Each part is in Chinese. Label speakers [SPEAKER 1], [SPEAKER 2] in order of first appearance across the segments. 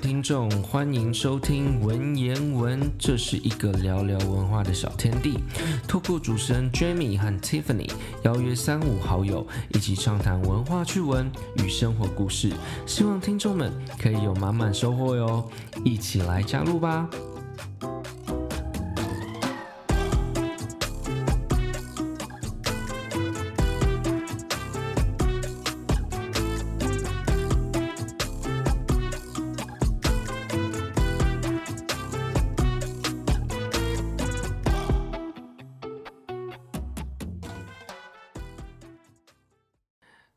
[SPEAKER 1] 听众，欢迎收听文言文，这是一个聊聊文化的小天地。透过主持人 Jamie 和 Tiffany，邀约三五好友，一起畅谈文化趣闻与生活故事，希望听众们可以有满满收获哟！一起来加入吧。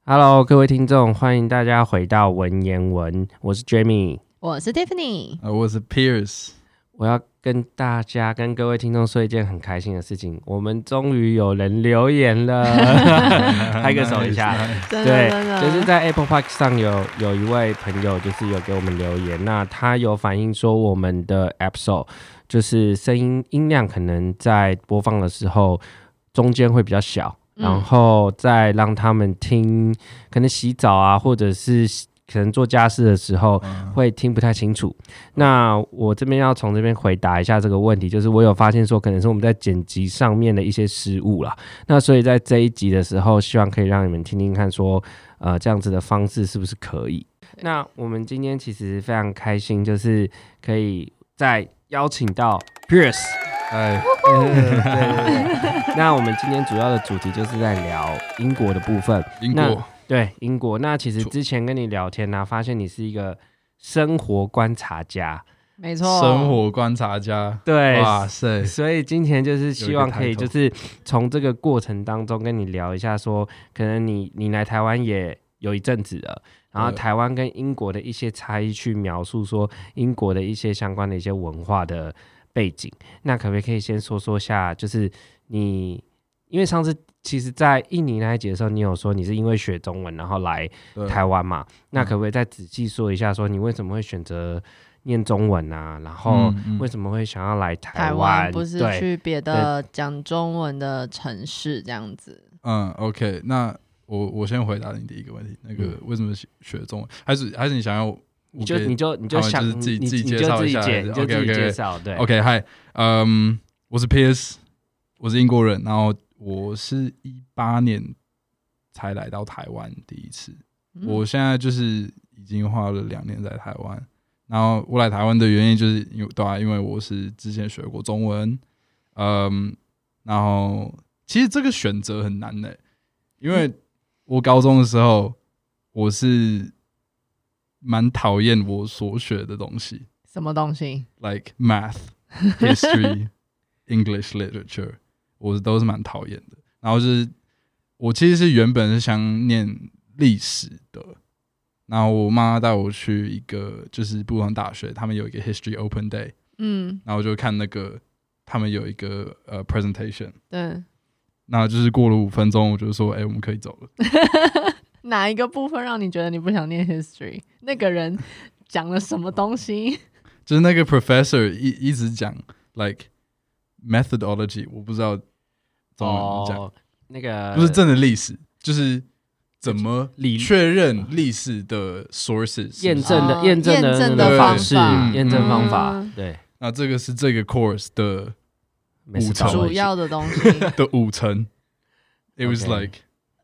[SPEAKER 1] Hello，各位听众，欢迎大家回到文言文，我是 Jamie。
[SPEAKER 2] 我是 Tiffany，
[SPEAKER 3] 啊，我是 Pierce，
[SPEAKER 1] 我要跟大家、跟各位听众说一件很开心的事情，我们终于有人留言了， 拍个手一下。
[SPEAKER 2] 真
[SPEAKER 1] 对，就是在 Apple Park 上有有一位朋友，就是有给我们留言，那他有反映说我们的 episode 就是声音音量可能在播放的时候中间会比较小，
[SPEAKER 2] 嗯
[SPEAKER 1] 然后再让他们听，可能洗澡啊，或者是可能做家事的时候会听不太清楚。那我这边要从这边回答一下这个问题，就是我有发现说，可能是我们在剪辑上面的一些失误啦。那所以在这一集的时候，希望可以让你们听听看说，呃，这样子的方式是不是可以？那我们今天其实非常开心，就是可以再邀请到 Pierce。
[SPEAKER 3] 哎，
[SPEAKER 1] 那我们今天主要的主题就是在聊英国的部分，
[SPEAKER 3] 英
[SPEAKER 1] 那
[SPEAKER 3] 国，
[SPEAKER 1] 对英国。那其实
[SPEAKER 3] 错
[SPEAKER 1] 之前跟你聊天呢、啊发现你是一个生活观察家，
[SPEAKER 2] 没错，
[SPEAKER 3] 生活观察家，
[SPEAKER 1] 对，
[SPEAKER 3] 哇塞，
[SPEAKER 1] 所以今天就是希望可以
[SPEAKER 3] 有一
[SPEAKER 1] 就
[SPEAKER 3] 个
[SPEAKER 1] 是从这个过程当中跟你聊一下说，可能你你来台湾也有一阵子了，然后
[SPEAKER 3] 对
[SPEAKER 1] 台湾跟英国的一些差异，去描述说英国的一些相关的一些文化的背景。那可不可以先说说下，就是你因为上次其实，在印尼那一集的时候，你有说你是因为学中文然后来
[SPEAKER 3] 对
[SPEAKER 1] 台湾嘛？
[SPEAKER 3] 嗯
[SPEAKER 1] 那可不可以再仔细说一下，说你为什么会选择念中文啊？然后
[SPEAKER 3] 嗯嗯
[SPEAKER 1] 为什么会想要来台
[SPEAKER 2] 台
[SPEAKER 1] 湾？
[SPEAKER 2] 湾不是
[SPEAKER 1] 对
[SPEAKER 2] 去别的讲中文的城市这样子，
[SPEAKER 3] 嗯，OK，那我我先回答你第一个问题，那个为什么学学中文，还是还是你想要我
[SPEAKER 1] 嗯你就
[SPEAKER 3] 给
[SPEAKER 1] 你就你就
[SPEAKER 3] 他们
[SPEAKER 1] 想
[SPEAKER 3] 就是自己
[SPEAKER 1] 你
[SPEAKER 3] 自己
[SPEAKER 1] 你
[SPEAKER 3] 介
[SPEAKER 1] 就
[SPEAKER 3] 绍
[SPEAKER 1] 自
[SPEAKER 3] 一
[SPEAKER 1] 己
[SPEAKER 3] 下
[SPEAKER 1] 介你就自己
[SPEAKER 3] OK，OK，OK
[SPEAKER 1] 介绍对
[SPEAKER 3] OK，嗨，嗯，我是 PS，我是英国人，然后我是一八年才来到台湾第一次，
[SPEAKER 2] 嗯
[SPEAKER 3] 我现在就是已经花了两年在台湾，然后我来台湾的原因就是因为对啊，因为我是之前学过中文，嗯，然后其实这个选择很难的、因为我高中的时候我是蛮讨厌我所学的东西
[SPEAKER 2] 什么东西？
[SPEAKER 3] ，like math、history、English literature，我都是蛮讨厌的。然后就是我其实是原本是想念历史的，然后我妈带我去一个就是布朗大学，他们有一个 History Open Day，
[SPEAKER 2] 嗯，
[SPEAKER 3] 然后我就看那个他们有一个呃 presentation，
[SPEAKER 2] 对，
[SPEAKER 3] 那就是过了五分钟，我就说哎、我们可以走了。
[SPEAKER 2] 哪一个部分让你觉得你不想念 history？那个人讲了什么东西？
[SPEAKER 3] 就是那个 professor 一一直讲 like methodology，我不知道怎么讲，
[SPEAKER 1] 哦，那个
[SPEAKER 3] 不是真的历史，就是怎么
[SPEAKER 1] 理
[SPEAKER 3] 确认历史的 sources
[SPEAKER 1] 验证的
[SPEAKER 2] 哦
[SPEAKER 1] 验证的
[SPEAKER 2] 验证
[SPEAKER 1] 那个
[SPEAKER 3] 的
[SPEAKER 1] 方
[SPEAKER 3] 方
[SPEAKER 1] 式
[SPEAKER 2] 法
[SPEAKER 1] 验证方法
[SPEAKER 2] 嗯
[SPEAKER 1] 对，
[SPEAKER 3] 那这个是这个 course 的
[SPEAKER 1] 每次
[SPEAKER 3] 五
[SPEAKER 1] 到
[SPEAKER 3] 成
[SPEAKER 1] 位
[SPEAKER 2] 主
[SPEAKER 1] 是
[SPEAKER 2] 要的东西，
[SPEAKER 3] 的五成。It was
[SPEAKER 1] OK
[SPEAKER 3] like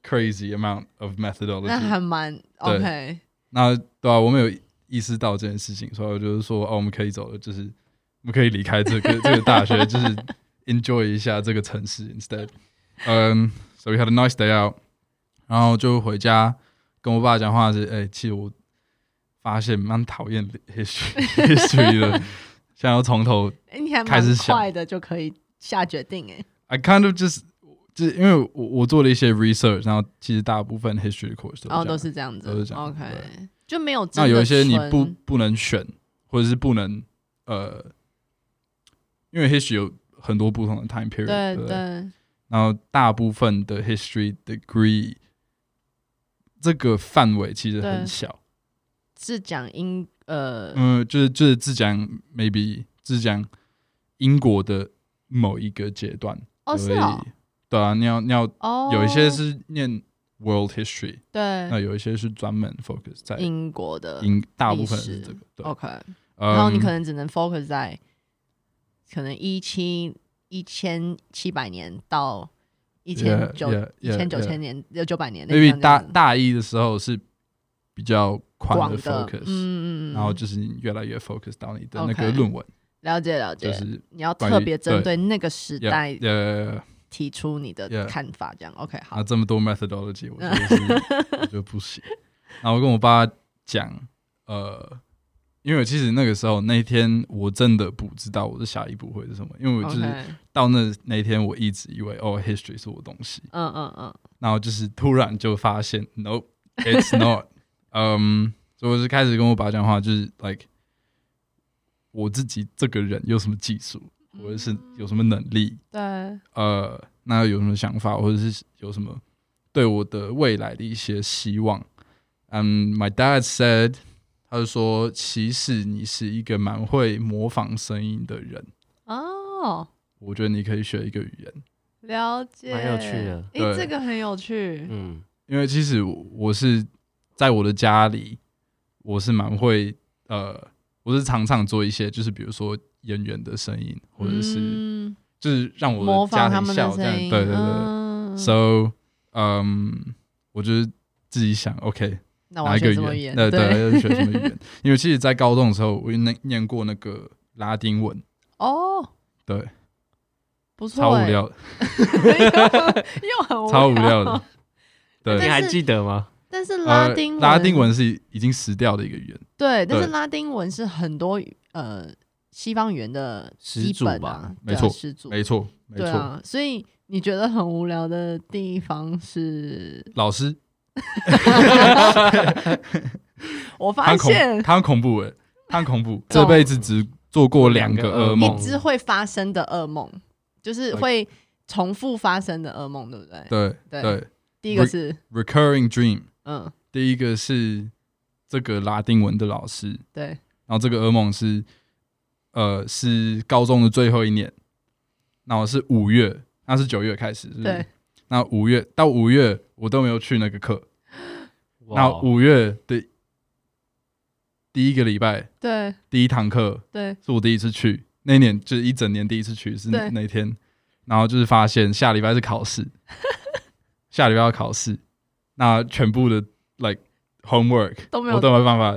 [SPEAKER 3] crazy amount of methodology。
[SPEAKER 2] 那还蛮 OK。
[SPEAKER 3] 那对啊，我没有意识到这件事情，所以我就是说，哦，我们可以走了，就是我们可以离开这个这个大学，就是 enjoy 一下这个城市 instead。嗯、s o we had a nice day out，然后就回家跟我爸讲话是，哎、其实我发现蛮讨厌 history history 的，想要从头
[SPEAKER 2] 哎，你还
[SPEAKER 3] 开
[SPEAKER 2] 蛮
[SPEAKER 3] 始想
[SPEAKER 2] 快的就可以下决定哎。
[SPEAKER 3] I kind of just 就是因为我我做了一些 research，然后其实大部分 history course 都
[SPEAKER 2] 哦，都
[SPEAKER 3] 是
[SPEAKER 2] 是这样子
[SPEAKER 3] 都是这样
[SPEAKER 2] o
[SPEAKER 3] 对
[SPEAKER 2] k 就没有
[SPEAKER 3] 这
[SPEAKER 2] 真
[SPEAKER 3] 样
[SPEAKER 2] 的
[SPEAKER 3] 那有一些你不
[SPEAKER 2] 纯
[SPEAKER 3] 不能选，或者是不能呃，因为 history 有很多不同的 time period，
[SPEAKER 2] 对
[SPEAKER 3] 不
[SPEAKER 2] 对，
[SPEAKER 3] 然后大部分的 history degree 这个范围其实
[SPEAKER 2] 对
[SPEAKER 3] 很小，
[SPEAKER 2] 是讲英呃，
[SPEAKER 3] 嗯，就是就是只讲 maybe 只讲英国的某一个阶段，
[SPEAKER 2] 哦是
[SPEAKER 3] 所以
[SPEAKER 2] 哦，
[SPEAKER 3] 对啊，你要你要
[SPEAKER 2] 哦，
[SPEAKER 3] 有一些是呃念 world history。
[SPEAKER 2] 对
[SPEAKER 3] 那有一些是专门 focus 在
[SPEAKER 2] 英国的
[SPEAKER 3] 英，大部分是这个。对，
[SPEAKER 2] OK，然后
[SPEAKER 3] Um,
[SPEAKER 2] 你可能只能 focus 在可能一七一千七百年到一千
[SPEAKER 3] Yeah,
[SPEAKER 2] 九
[SPEAKER 3] yeah,
[SPEAKER 2] 一千九
[SPEAKER 3] yeah, yeah.
[SPEAKER 2] 千年九百年那
[SPEAKER 3] maybe
[SPEAKER 2] 像这
[SPEAKER 3] 大
[SPEAKER 2] 样子
[SPEAKER 3] 大一的时候是比较宽
[SPEAKER 2] 广的嗯
[SPEAKER 3] focus，、
[SPEAKER 2] 嗯嗯，
[SPEAKER 3] 然后就是你越来越 focus 到你的
[SPEAKER 2] OK
[SPEAKER 3] 那个论文
[SPEAKER 2] 了解了解，
[SPEAKER 3] 就是
[SPEAKER 2] 你要
[SPEAKER 3] 关于
[SPEAKER 2] 特别针
[SPEAKER 3] 对
[SPEAKER 2] 对那个时
[SPEAKER 3] yeah,
[SPEAKER 2] 代
[SPEAKER 3] yeah, yeah, yeah.
[SPEAKER 2] 提出你
[SPEAKER 3] Yeah
[SPEAKER 2] 的看法，这样 OK 好
[SPEAKER 3] 啊，这么多 methodology，我 觉得是我觉得不行。然后我跟我爸讲，呃，因为其实那个时候那一天我真的不知道我的下一步会是什么，因为我就是
[SPEAKER 2] ，OK，
[SPEAKER 3] 到那那一天我一直以为哦 history 是我东西，
[SPEAKER 2] 嗯嗯嗯，
[SPEAKER 3] 然后就是突然就发现，no，it's not。嗯，所以我就开始跟我爸讲话，就是 like 我自己这个人有什么技术，或者是有什么能力，
[SPEAKER 2] 嗯对，
[SPEAKER 3] 呃，那有什么想法，或者是有什么对我的未来的一些希望。嗯、m y dad said，他就说，其实你是一个蛮会模仿声音的人，
[SPEAKER 2] 哦，
[SPEAKER 3] 我觉得你可以学一个语言。
[SPEAKER 2] 了解，
[SPEAKER 1] 蛮有趣的
[SPEAKER 2] 诶
[SPEAKER 3] 对
[SPEAKER 2] 这个很有趣，
[SPEAKER 1] 嗯，
[SPEAKER 3] 因为其实我我是在我的家里，我是蛮会呃，我是常常做一些，就是比如说演员的声音，或者是、
[SPEAKER 2] 嗯
[SPEAKER 3] 就是让我
[SPEAKER 2] 模
[SPEAKER 3] 的
[SPEAKER 2] 仿
[SPEAKER 3] 家
[SPEAKER 2] 他
[SPEAKER 3] 庭
[SPEAKER 2] 们
[SPEAKER 3] 笑
[SPEAKER 2] 的
[SPEAKER 3] 这样，
[SPEAKER 2] 声
[SPEAKER 3] 对
[SPEAKER 2] 音，
[SPEAKER 3] 对对。啊
[SPEAKER 2] 嗯
[SPEAKER 3] so，嗯，我就是自己想，OK，
[SPEAKER 2] 那我要
[SPEAKER 3] 哪一个
[SPEAKER 2] 学
[SPEAKER 3] 语
[SPEAKER 2] 什么语言？
[SPEAKER 3] 言？对对，要学什么 语言？因为其实，在高中的时候，我念念过那个拉丁文，
[SPEAKER 2] 哦，
[SPEAKER 3] 对，
[SPEAKER 2] 不错，欸
[SPEAKER 3] 超无，聊的，
[SPEAKER 2] 又很
[SPEAKER 3] 超无聊的。
[SPEAKER 1] 你
[SPEAKER 3] 对，
[SPEAKER 1] 还
[SPEAKER 2] 但是
[SPEAKER 1] 记得吗？
[SPEAKER 2] 但是
[SPEAKER 3] 呃
[SPEAKER 2] 拉丁文、
[SPEAKER 3] 拉丁文是已经死掉的一个语言。
[SPEAKER 2] 对，但是
[SPEAKER 3] 对
[SPEAKER 2] 拉丁文是很多语呃西方语言的
[SPEAKER 1] 始
[SPEAKER 2] 基
[SPEAKER 1] 祖
[SPEAKER 2] 本
[SPEAKER 1] 吧
[SPEAKER 2] 啊，
[SPEAKER 3] 没
[SPEAKER 2] 对啊
[SPEAKER 3] 错
[SPEAKER 2] 始祖，
[SPEAKER 3] 没错，没
[SPEAKER 2] 对
[SPEAKER 3] 错。
[SPEAKER 2] 啊，所以你觉得很无聊的地方是？
[SPEAKER 3] 老师，
[SPEAKER 2] 我
[SPEAKER 3] 他
[SPEAKER 2] 发
[SPEAKER 3] 很恐，
[SPEAKER 2] 现
[SPEAKER 3] 他很恐怖诶，他很恐怖，
[SPEAKER 2] 懂
[SPEAKER 3] 这辈子只做过两个噩
[SPEAKER 1] 两个
[SPEAKER 3] 梦
[SPEAKER 1] 噩。
[SPEAKER 2] 只会发生的噩梦，就是
[SPEAKER 3] 哎
[SPEAKER 2] 会重复发生的噩梦，对不对？
[SPEAKER 3] 对
[SPEAKER 2] 对
[SPEAKER 3] 对
[SPEAKER 2] 第一个是
[SPEAKER 3] ，recurring dream，
[SPEAKER 2] 嗯，
[SPEAKER 3] 第一个是这个拉丁文的老师，
[SPEAKER 2] 对，
[SPEAKER 3] 然后这个噩梦是，呃，是高中的最后一年，那我是五月，那是九月开始，是不是
[SPEAKER 2] 对。
[SPEAKER 3] 那五月到五月我都没有去那个课，
[SPEAKER 1] 哇
[SPEAKER 3] 那
[SPEAKER 1] 哦
[SPEAKER 3] 五月的第一个礼拜
[SPEAKER 2] 对
[SPEAKER 3] 第一堂课
[SPEAKER 2] 对，
[SPEAKER 3] 是我第一次去，那一年就是一整年第一次去是那
[SPEAKER 2] 对
[SPEAKER 3] 那一天，然后就是发现下礼拜是 考试，下礼拜要考试，那全部的 like homework
[SPEAKER 2] 都没有
[SPEAKER 3] 我都没办法，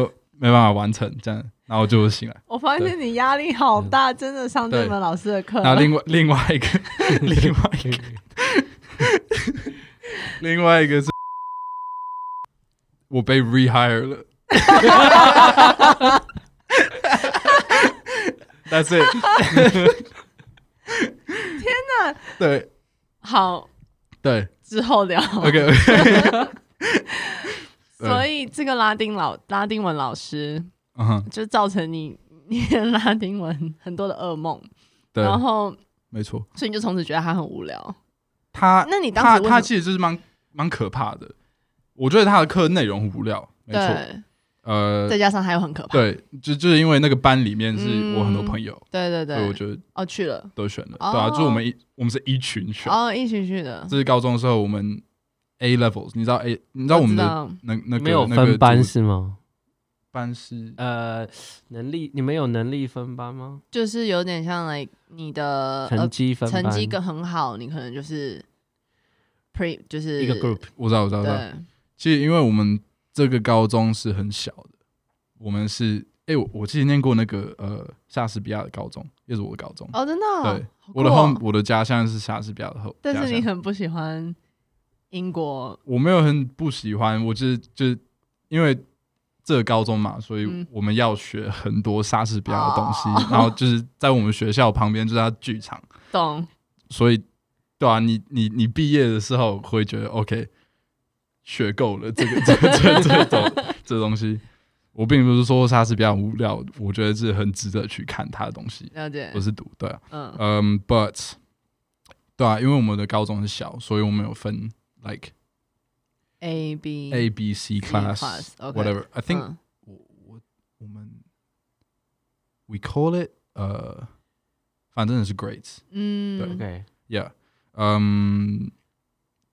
[SPEAKER 3] 我没办法完成这样，然后我就醒来。
[SPEAKER 2] 我发现你压力好
[SPEAKER 3] 嗯
[SPEAKER 2] 大，真的上这门老师的课
[SPEAKER 3] 然，后另外另外一个另外一个另外一个是我被 rehire 了。That's it
[SPEAKER 2] 哪
[SPEAKER 3] 对。
[SPEAKER 2] 好
[SPEAKER 3] 对
[SPEAKER 2] 之后聊。
[SPEAKER 3] ，OK OK，对
[SPEAKER 2] 所以这个拉丁老拉丁文老师
[SPEAKER 3] 嗯哼，
[SPEAKER 2] 就造成你念拉丁文很多的噩梦，
[SPEAKER 3] 对，
[SPEAKER 2] 然后
[SPEAKER 3] 没错。
[SPEAKER 2] 所以你就从此觉得他很无聊。
[SPEAKER 3] 他
[SPEAKER 2] 那你当
[SPEAKER 3] 他
[SPEAKER 2] 时为
[SPEAKER 3] 他
[SPEAKER 2] 什
[SPEAKER 3] 其实就是蛮蛮可怕的，我觉得他的课内容无聊，没
[SPEAKER 2] 么
[SPEAKER 3] 错。
[SPEAKER 2] 对，
[SPEAKER 3] 呃，
[SPEAKER 2] 再加上还有很可怕，
[SPEAKER 3] 对，就就是因为那个班里面是我很多
[SPEAKER 2] 嗯
[SPEAKER 3] 朋友，
[SPEAKER 2] 对对
[SPEAKER 3] 所以我
[SPEAKER 2] 对，
[SPEAKER 3] 觉得
[SPEAKER 2] 哦去了，
[SPEAKER 3] 都选了，对啊，
[SPEAKER 2] 哦
[SPEAKER 3] 就是我们一我们是一群选，
[SPEAKER 2] 哦一起去的，
[SPEAKER 3] 这是高中的时候我们 A levels，你知道 A，你知道我们的
[SPEAKER 2] 道
[SPEAKER 3] 那那个
[SPEAKER 1] 没有
[SPEAKER 3] 那个
[SPEAKER 1] 分班
[SPEAKER 3] 组
[SPEAKER 1] 是吗？
[SPEAKER 3] 班是
[SPEAKER 1] 呃，能力你们有能力分班吗？
[SPEAKER 2] 就是有点像 like 你的
[SPEAKER 1] 成绩分
[SPEAKER 2] 呃
[SPEAKER 1] 班，
[SPEAKER 2] 成绩更很好，你可能就是 pre 就是
[SPEAKER 1] 一个 group
[SPEAKER 3] 我知道我知道我知道，
[SPEAKER 2] 对
[SPEAKER 3] 其实因为我们这个高中是很小的，我们是哎、我我之前念过那个呃莎士比亚的高中，也是我的高中，
[SPEAKER 2] 哦真的哦
[SPEAKER 3] 对，
[SPEAKER 2] 好
[SPEAKER 3] 我的
[SPEAKER 2] 酷哦
[SPEAKER 3] home 我的家乡是莎士比亚的后，
[SPEAKER 2] 但是
[SPEAKER 3] 家
[SPEAKER 2] 你
[SPEAKER 3] 乡
[SPEAKER 2] 很不喜欢英国，
[SPEAKER 3] 我没有很不喜欢，我就是就是因为这个高中嘛，所以
[SPEAKER 2] 嗯
[SPEAKER 3] 我们要学很多莎士比亚的东西，
[SPEAKER 2] 哦
[SPEAKER 3] 然后就是在我们学校旁边就是它剧场，
[SPEAKER 2] 懂
[SPEAKER 3] 所以对啊，你你你毕业的时候会觉得 OK，学够了这个这个这个这个东这东西。我并不是说莎士比亚无聊，我觉得是很值得去看他的东西。
[SPEAKER 2] 了解
[SPEAKER 3] 我，是读对啊，
[SPEAKER 2] 嗯
[SPEAKER 3] 嗯、b u t 对啊，因为我们的高中很小，所以我们有分 like
[SPEAKER 2] ，A B
[SPEAKER 3] A B C class,
[SPEAKER 2] class, okay. Uh.
[SPEAKER 3] whatever. I think、
[SPEAKER 2] 嗯
[SPEAKER 3] 我我我们 we call it uh, 呃，反正是 grades.
[SPEAKER 2] 嗯
[SPEAKER 1] OK，
[SPEAKER 3] Yeah. 嗯，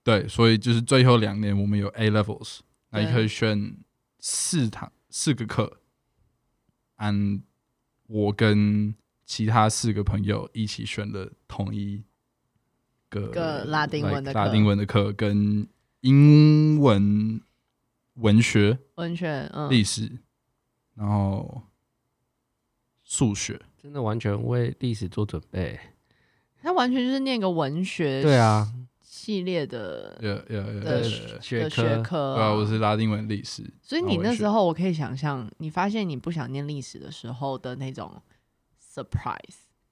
[SPEAKER 3] 对，所以就是最后两年我们有 A levels，那你
[SPEAKER 2] 对
[SPEAKER 3] 可以选四堂四个课。按我跟其他四个朋友一起选了同一个
[SPEAKER 2] 个拉丁文的
[SPEAKER 3] like 拉
[SPEAKER 2] 课
[SPEAKER 3] 丁文的课跟英文文学、
[SPEAKER 2] 文学，嗯，
[SPEAKER 3] 历史，然后数学。
[SPEAKER 1] 真的完全为历史做准备。
[SPEAKER 2] 他完全就是念个文学
[SPEAKER 1] 对啊，
[SPEAKER 2] 系列的
[SPEAKER 3] 呃呃呃
[SPEAKER 2] 的
[SPEAKER 3] 呃，
[SPEAKER 1] 学
[SPEAKER 2] 的
[SPEAKER 1] 科
[SPEAKER 2] 学科
[SPEAKER 3] 对啊，我是拉丁文历史，
[SPEAKER 2] 所以
[SPEAKER 3] 然
[SPEAKER 2] 你
[SPEAKER 3] 后文
[SPEAKER 2] 那
[SPEAKER 3] 学
[SPEAKER 2] 时候，我可以想象，你发现你不想念历史的时候的那种 surprise，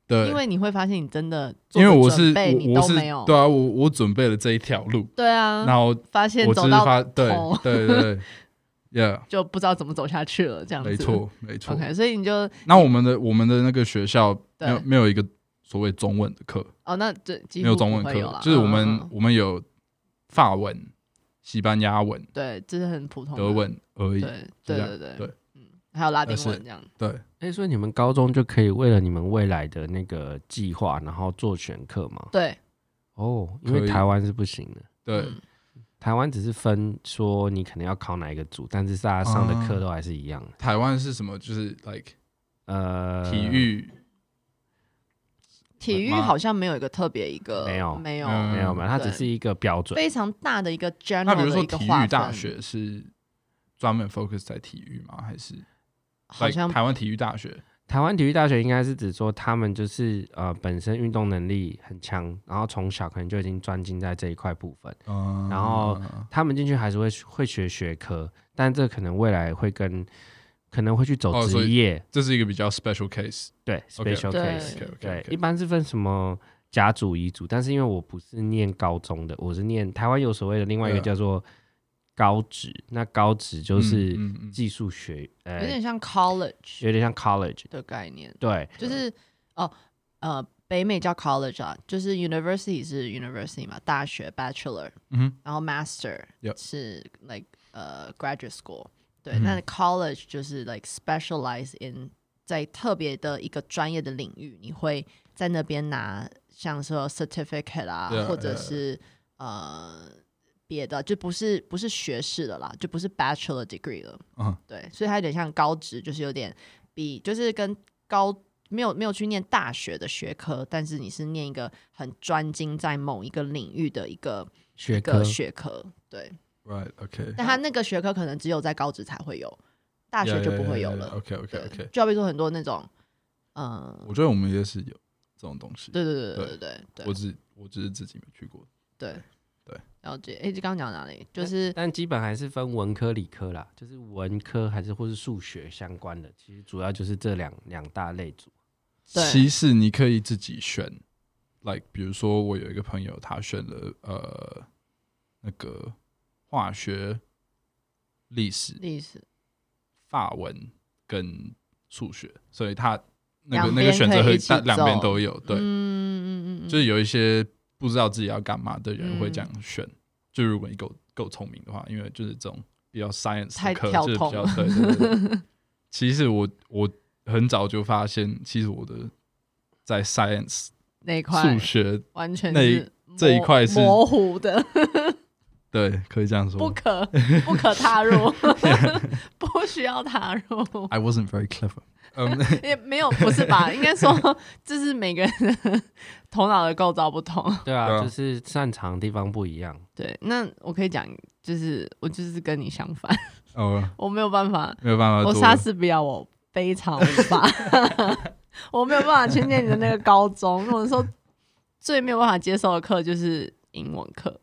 [SPEAKER 3] 对，
[SPEAKER 2] 因为你会发现你真的做
[SPEAKER 3] 因为
[SPEAKER 2] 的
[SPEAKER 3] 我
[SPEAKER 2] 准
[SPEAKER 3] 是
[SPEAKER 2] 备你
[SPEAKER 3] 我我
[SPEAKER 2] 都
[SPEAKER 3] 是
[SPEAKER 2] 没有，
[SPEAKER 3] 对啊，我我准备了这一条路，
[SPEAKER 2] 对啊，
[SPEAKER 3] 然后
[SPEAKER 2] 发现
[SPEAKER 3] 我只
[SPEAKER 2] 走
[SPEAKER 3] 是
[SPEAKER 2] 到
[SPEAKER 3] 发对
[SPEAKER 2] 头
[SPEAKER 3] 对 对对，Yeah，
[SPEAKER 2] 就不知道怎么走下去了，这样子，
[SPEAKER 3] 没错没错。
[SPEAKER 2] OK，所以你就
[SPEAKER 3] 那我们的我们的那个学校没有
[SPEAKER 2] 对
[SPEAKER 3] 没有一个所谓中文的课，
[SPEAKER 2] 哦，那这几
[SPEAKER 3] 没
[SPEAKER 2] 乎
[SPEAKER 3] 有中文
[SPEAKER 2] 不会有
[SPEAKER 3] 课
[SPEAKER 2] 啦，
[SPEAKER 3] 就是我们、
[SPEAKER 2] 嗯嗯嗯
[SPEAKER 3] 我们有法文、西班牙文、
[SPEAKER 2] 对，这是很普通的
[SPEAKER 3] 德，文而已。
[SPEAKER 2] 对
[SPEAKER 3] 这
[SPEAKER 2] 对
[SPEAKER 3] 样
[SPEAKER 2] 对对
[SPEAKER 3] 对，呃
[SPEAKER 2] 嗯，还有拉丁
[SPEAKER 3] 但是
[SPEAKER 2] 文这样，
[SPEAKER 3] 对，
[SPEAKER 1] 哎、所以你们高中就可以为了你们未来的那个计划，然后做选课吗？
[SPEAKER 2] 对
[SPEAKER 1] 哦，因
[SPEAKER 3] 可
[SPEAKER 1] 为
[SPEAKER 3] 以
[SPEAKER 1] 台湾是不行的，
[SPEAKER 3] 对，
[SPEAKER 2] 嗯
[SPEAKER 1] 台湾只是分说你可能要考哪一个组，但是大家上的课
[SPEAKER 3] 啊
[SPEAKER 1] 都还是一样的。
[SPEAKER 3] 台湾是什么？就是 like
[SPEAKER 1] 呃，
[SPEAKER 3] 体育，
[SPEAKER 2] 体育
[SPEAKER 3] 妈
[SPEAKER 2] 好像没有一个特别一个
[SPEAKER 1] 没有
[SPEAKER 2] 没有
[SPEAKER 3] 嗯
[SPEAKER 1] 没有没有，它只
[SPEAKER 2] 对
[SPEAKER 1] 是一个标准。
[SPEAKER 2] 非常大的一个 general
[SPEAKER 3] 那比如
[SPEAKER 2] 的
[SPEAKER 3] 说
[SPEAKER 2] 一个
[SPEAKER 3] 体
[SPEAKER 2] 划
[SPEAKER 3] 育大
[SPEAKER 2] 分
[SPEAKER 3] 学是专门 focus 在体育吗？还是
[SPEAKER 2] 好
[SPEAKER 3] like
[SPEAKER 2] 像
[SPEAKER 3] 台湾体育大学？
[SPEAKER 1] 台湾体育大学应该是指说他们就是呃本身运动能力很强，然后从小可能就已经专精在这一块部分。
[SPEAKER 3] 嗯
[SPEAKER 1] 然后他们进去还是会会学学科，但这可能未来会跟可能会去走
[SPEAKER 3] 哦所
[SPEAKER 1] 职
[SPEAKER 3] 以
[SPEAKER 1] 业，
[SPEAKER 3] 这是一个比较 special case。
[SPEAKER 1] 对
[SPEAKER 3] OK，嗯
[SPEAKER 1] special
[SPEAKER 2] OK，
[SPEAKER 1] case，
[SPEAKER 3] OK
[SPEAKER 1] 对
[SPEAKER 3] OK，，
[SPEAKER 1] 一般是分什么甲组、乙组，但是因为我不是念高中的，我是念台湾有所谓的另外一个
[SPEAKER 3] 对啊
[SPEAKER 1] 叫做高职，那高职就是
[SPEAKER 3] 嗯嗯嗯
[SPEAKER 1] 技术学，
[SPEAKER 2] 有
[SPEAKER 1] 呃
[SPEAKER 2] 点，像 college
[SPEAKER 1] 有点像 college，
[SPEAKER 2] 的概念，
[SPEAKER 1] 对，
[SPEAKER 2] 就是哦呃，北美叫 college 啊，就是 university 是 university 嘛，大学 bachelor，
[SPEAKER 3] 嗯哼
[SPEAKER 2] 然后 master
[SPEAKER 3] Yep
[SPEAKER 2] 是 like 呃 graduate school，对，
[SPEAKER 3] 嗯
[SPEAKER 2] 那 college 就是 like specialize in 在特别的一个专业的领域，你会在那边拿像说 certificate 啊
[SPEAKER 3] Yeah，
[SPEAKER 2] 或者
[SPEAKER 3] yeah，
[SPEAKER 2] 是呃别的，就不是不是学士的啦，就不是 bachelor degree 了。
[SPEAKER 3] 嗯
[SPEAKER 2] 对，所以它有点像高职，就是有点比就是跟高没有没有去念大学的学科，但是你是念一个很专精在某一个领域的一个
[SPEAKER 1] 学
[SPEAKER 2] 一
[SPEAKER 1] 科
[SPEAKER 2] 个。学科。对，
[SPEAKER 3] Right, OK，
[SPEAKER 2] 但它那个学科可能只有在高职才会有，大学就不会有了。
[SPEAKER 3] OK, OK,
[SPEAKER 2] 对
[SPEAKER 3] OK。
[SPEAKER 2] 就好比说很多那种，嗯、
[SPEAKER 3] 我觉得我们也是有这种东西，
[SPEAKER 2] 对对对对对
[SPEAKER 3] 对
[SPEAKER 2] 对对
[SPEAKER 3] 我只我只是自己没去过。
[SPEAKER 2] 对
[SPEAKER 3] 对，
[SPEAKER 2] 了解。哎、这刚刚讲哪里？就是
[SPEAKER 1] 但基本还是分文科、理科啦，就是文科还是或是数学相关的，其实主要就是这两两大类组。
[SPEAKER 2] 对
[SPEAKER 3] 其实你可以自己选，like 比如说我有一个朋友，他选了呃那个化学、历史、
[SPEAKER 2] 历史，
[SPEAKER 3] 法文跟数学，所以他那个
[SPEAKER 2] 两
[SPEAKER 3] 那个
[SPEAKER 2] 边
[SPEAKER 3] 选
[SPEAKER 2] 可
[SPEAKER 3] 择
[SPEAKER 2] 以
[SPEAKER 3] 会
[SPEAKER 2] 一起
[SPEAKER 3] 但两边
[SPEAKER 2] 走
[SPEAKER 3] 都有，对，
[SPEAKER 2] 嗯嗯嗯嗯，
[SPEAKER 3] 就是有一些不知道自己要干嘛的人会
[SPEAKER 2] 嗯
[SPEAKER 3] 这样选。就如果你够够聪明的话，因为就是这种比较 science 的
[SPEAKER 2] 太
[SPEAKER 3] 课，
[SPEAKER 2] 跳
[SPEAKER 3] 就是比
[SPEAKER 2] 痛
[SPEAKER 3] 较对对对对。 其实我我很早就发现，其实我的在 science
[SPEAKER 2] 那一块
[SPEAKER 3] 数学
[SPEAKER 2] 完全
[SPEAKER 3] 那一
[SPEAKER 2] 是
[SPEAKER 3] 这一
[SPEAKER 2] 模
[SPEAKER 3] 块是
[SPEAKER 2] 模糊的，
[SPEAKER 3] 对可以这样
[SPEAKER 2] 不
[SPEAKER 3] 说。
[SPEAKER 2] 可不可踏入， 不需要踏入，
[SPEAKER 3] I wasn't very clever。嗯，
[SPEAKER 2] 也没有不是吧？应该说 这是每个人的头脑的构造不同。
[SPEAKER 1] 对
[SPEAKER 3] 对
[SPEAKER 1] 啊，
[SPEAKER 3] 啊
[SPEAKER 1] 就是擅长的地方不一样。
[SPEAKER 2] 对，那我可以讲，就是我就是跟你相反，
[SPEAKER 3] 哦，
[SPEAKER 2] 我没有办法，
[SPEAKER 3] 没有办法
[SPEAKER 2] 我
[SPEAKER 3] 多
[SPEAKER 2] 莎士比亚我非常无法， 我没有办法去念你的那个高中。我说最没有办法接受的课就是英文课，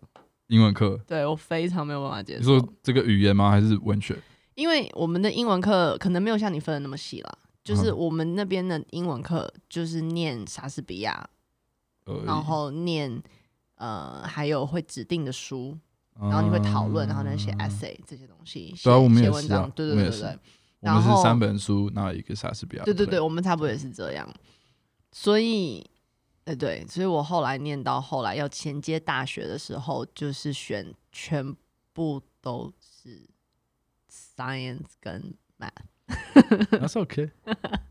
[SPEAKER 3] 英文课。
[SPEAKER 2] 对我非常没有办法接
[SPEAKER 3] 你
[SPEAKER 2] 受
[SPEAKER 3] 说，这个语言吗？还是文学？
[SPEAKER 2] 因为我们的英文课可能没有像你分的那么细啦。就是
[SPEAKER 3] 嗯
[SPEAKER 2] 我们那边的英文课，就是念莎士比亚，
[SPEAKER 3] 呃，
[SPEAKER 2] 然后念呃，还有会指定的书，然后你会讨论，然后呢写
[SPEAKER 3] 嗯
[SPEAKER 2] essay 这些东西，写
[SPEAKER 3] 对啊我们
[SPEAKER 2] 写
[SPEAKER 3] 也
[SPEAKER 2] 文
[SPEAKER 3] 是啊
[SPEAKER 2] 章，对
[SPEAKER 3] 我
[SPEAKER 2] 对
[SPEAKER 3] 们
[SPEAKER 2] 对
[SPEAKER 3] 也
[SPEAKER 2] 对
[SPEAKER 3] 是
[SPEAKER 2] 对。
[SPEAKER 3] 我们
[SPEAKER 2] 然
[SPEAKER 3] 是
[SPEAKER 2] 后
[SPEAKER 3] 三本书，那一个莎士比亚。
[SPEAKER 2] 对对对，，我们差不多也是这样。所以，呃，对，所以我后来念到后来要衔接大学的时候，就是选全部都是 science 跟 math。
[SPEAKER 3] That's okay.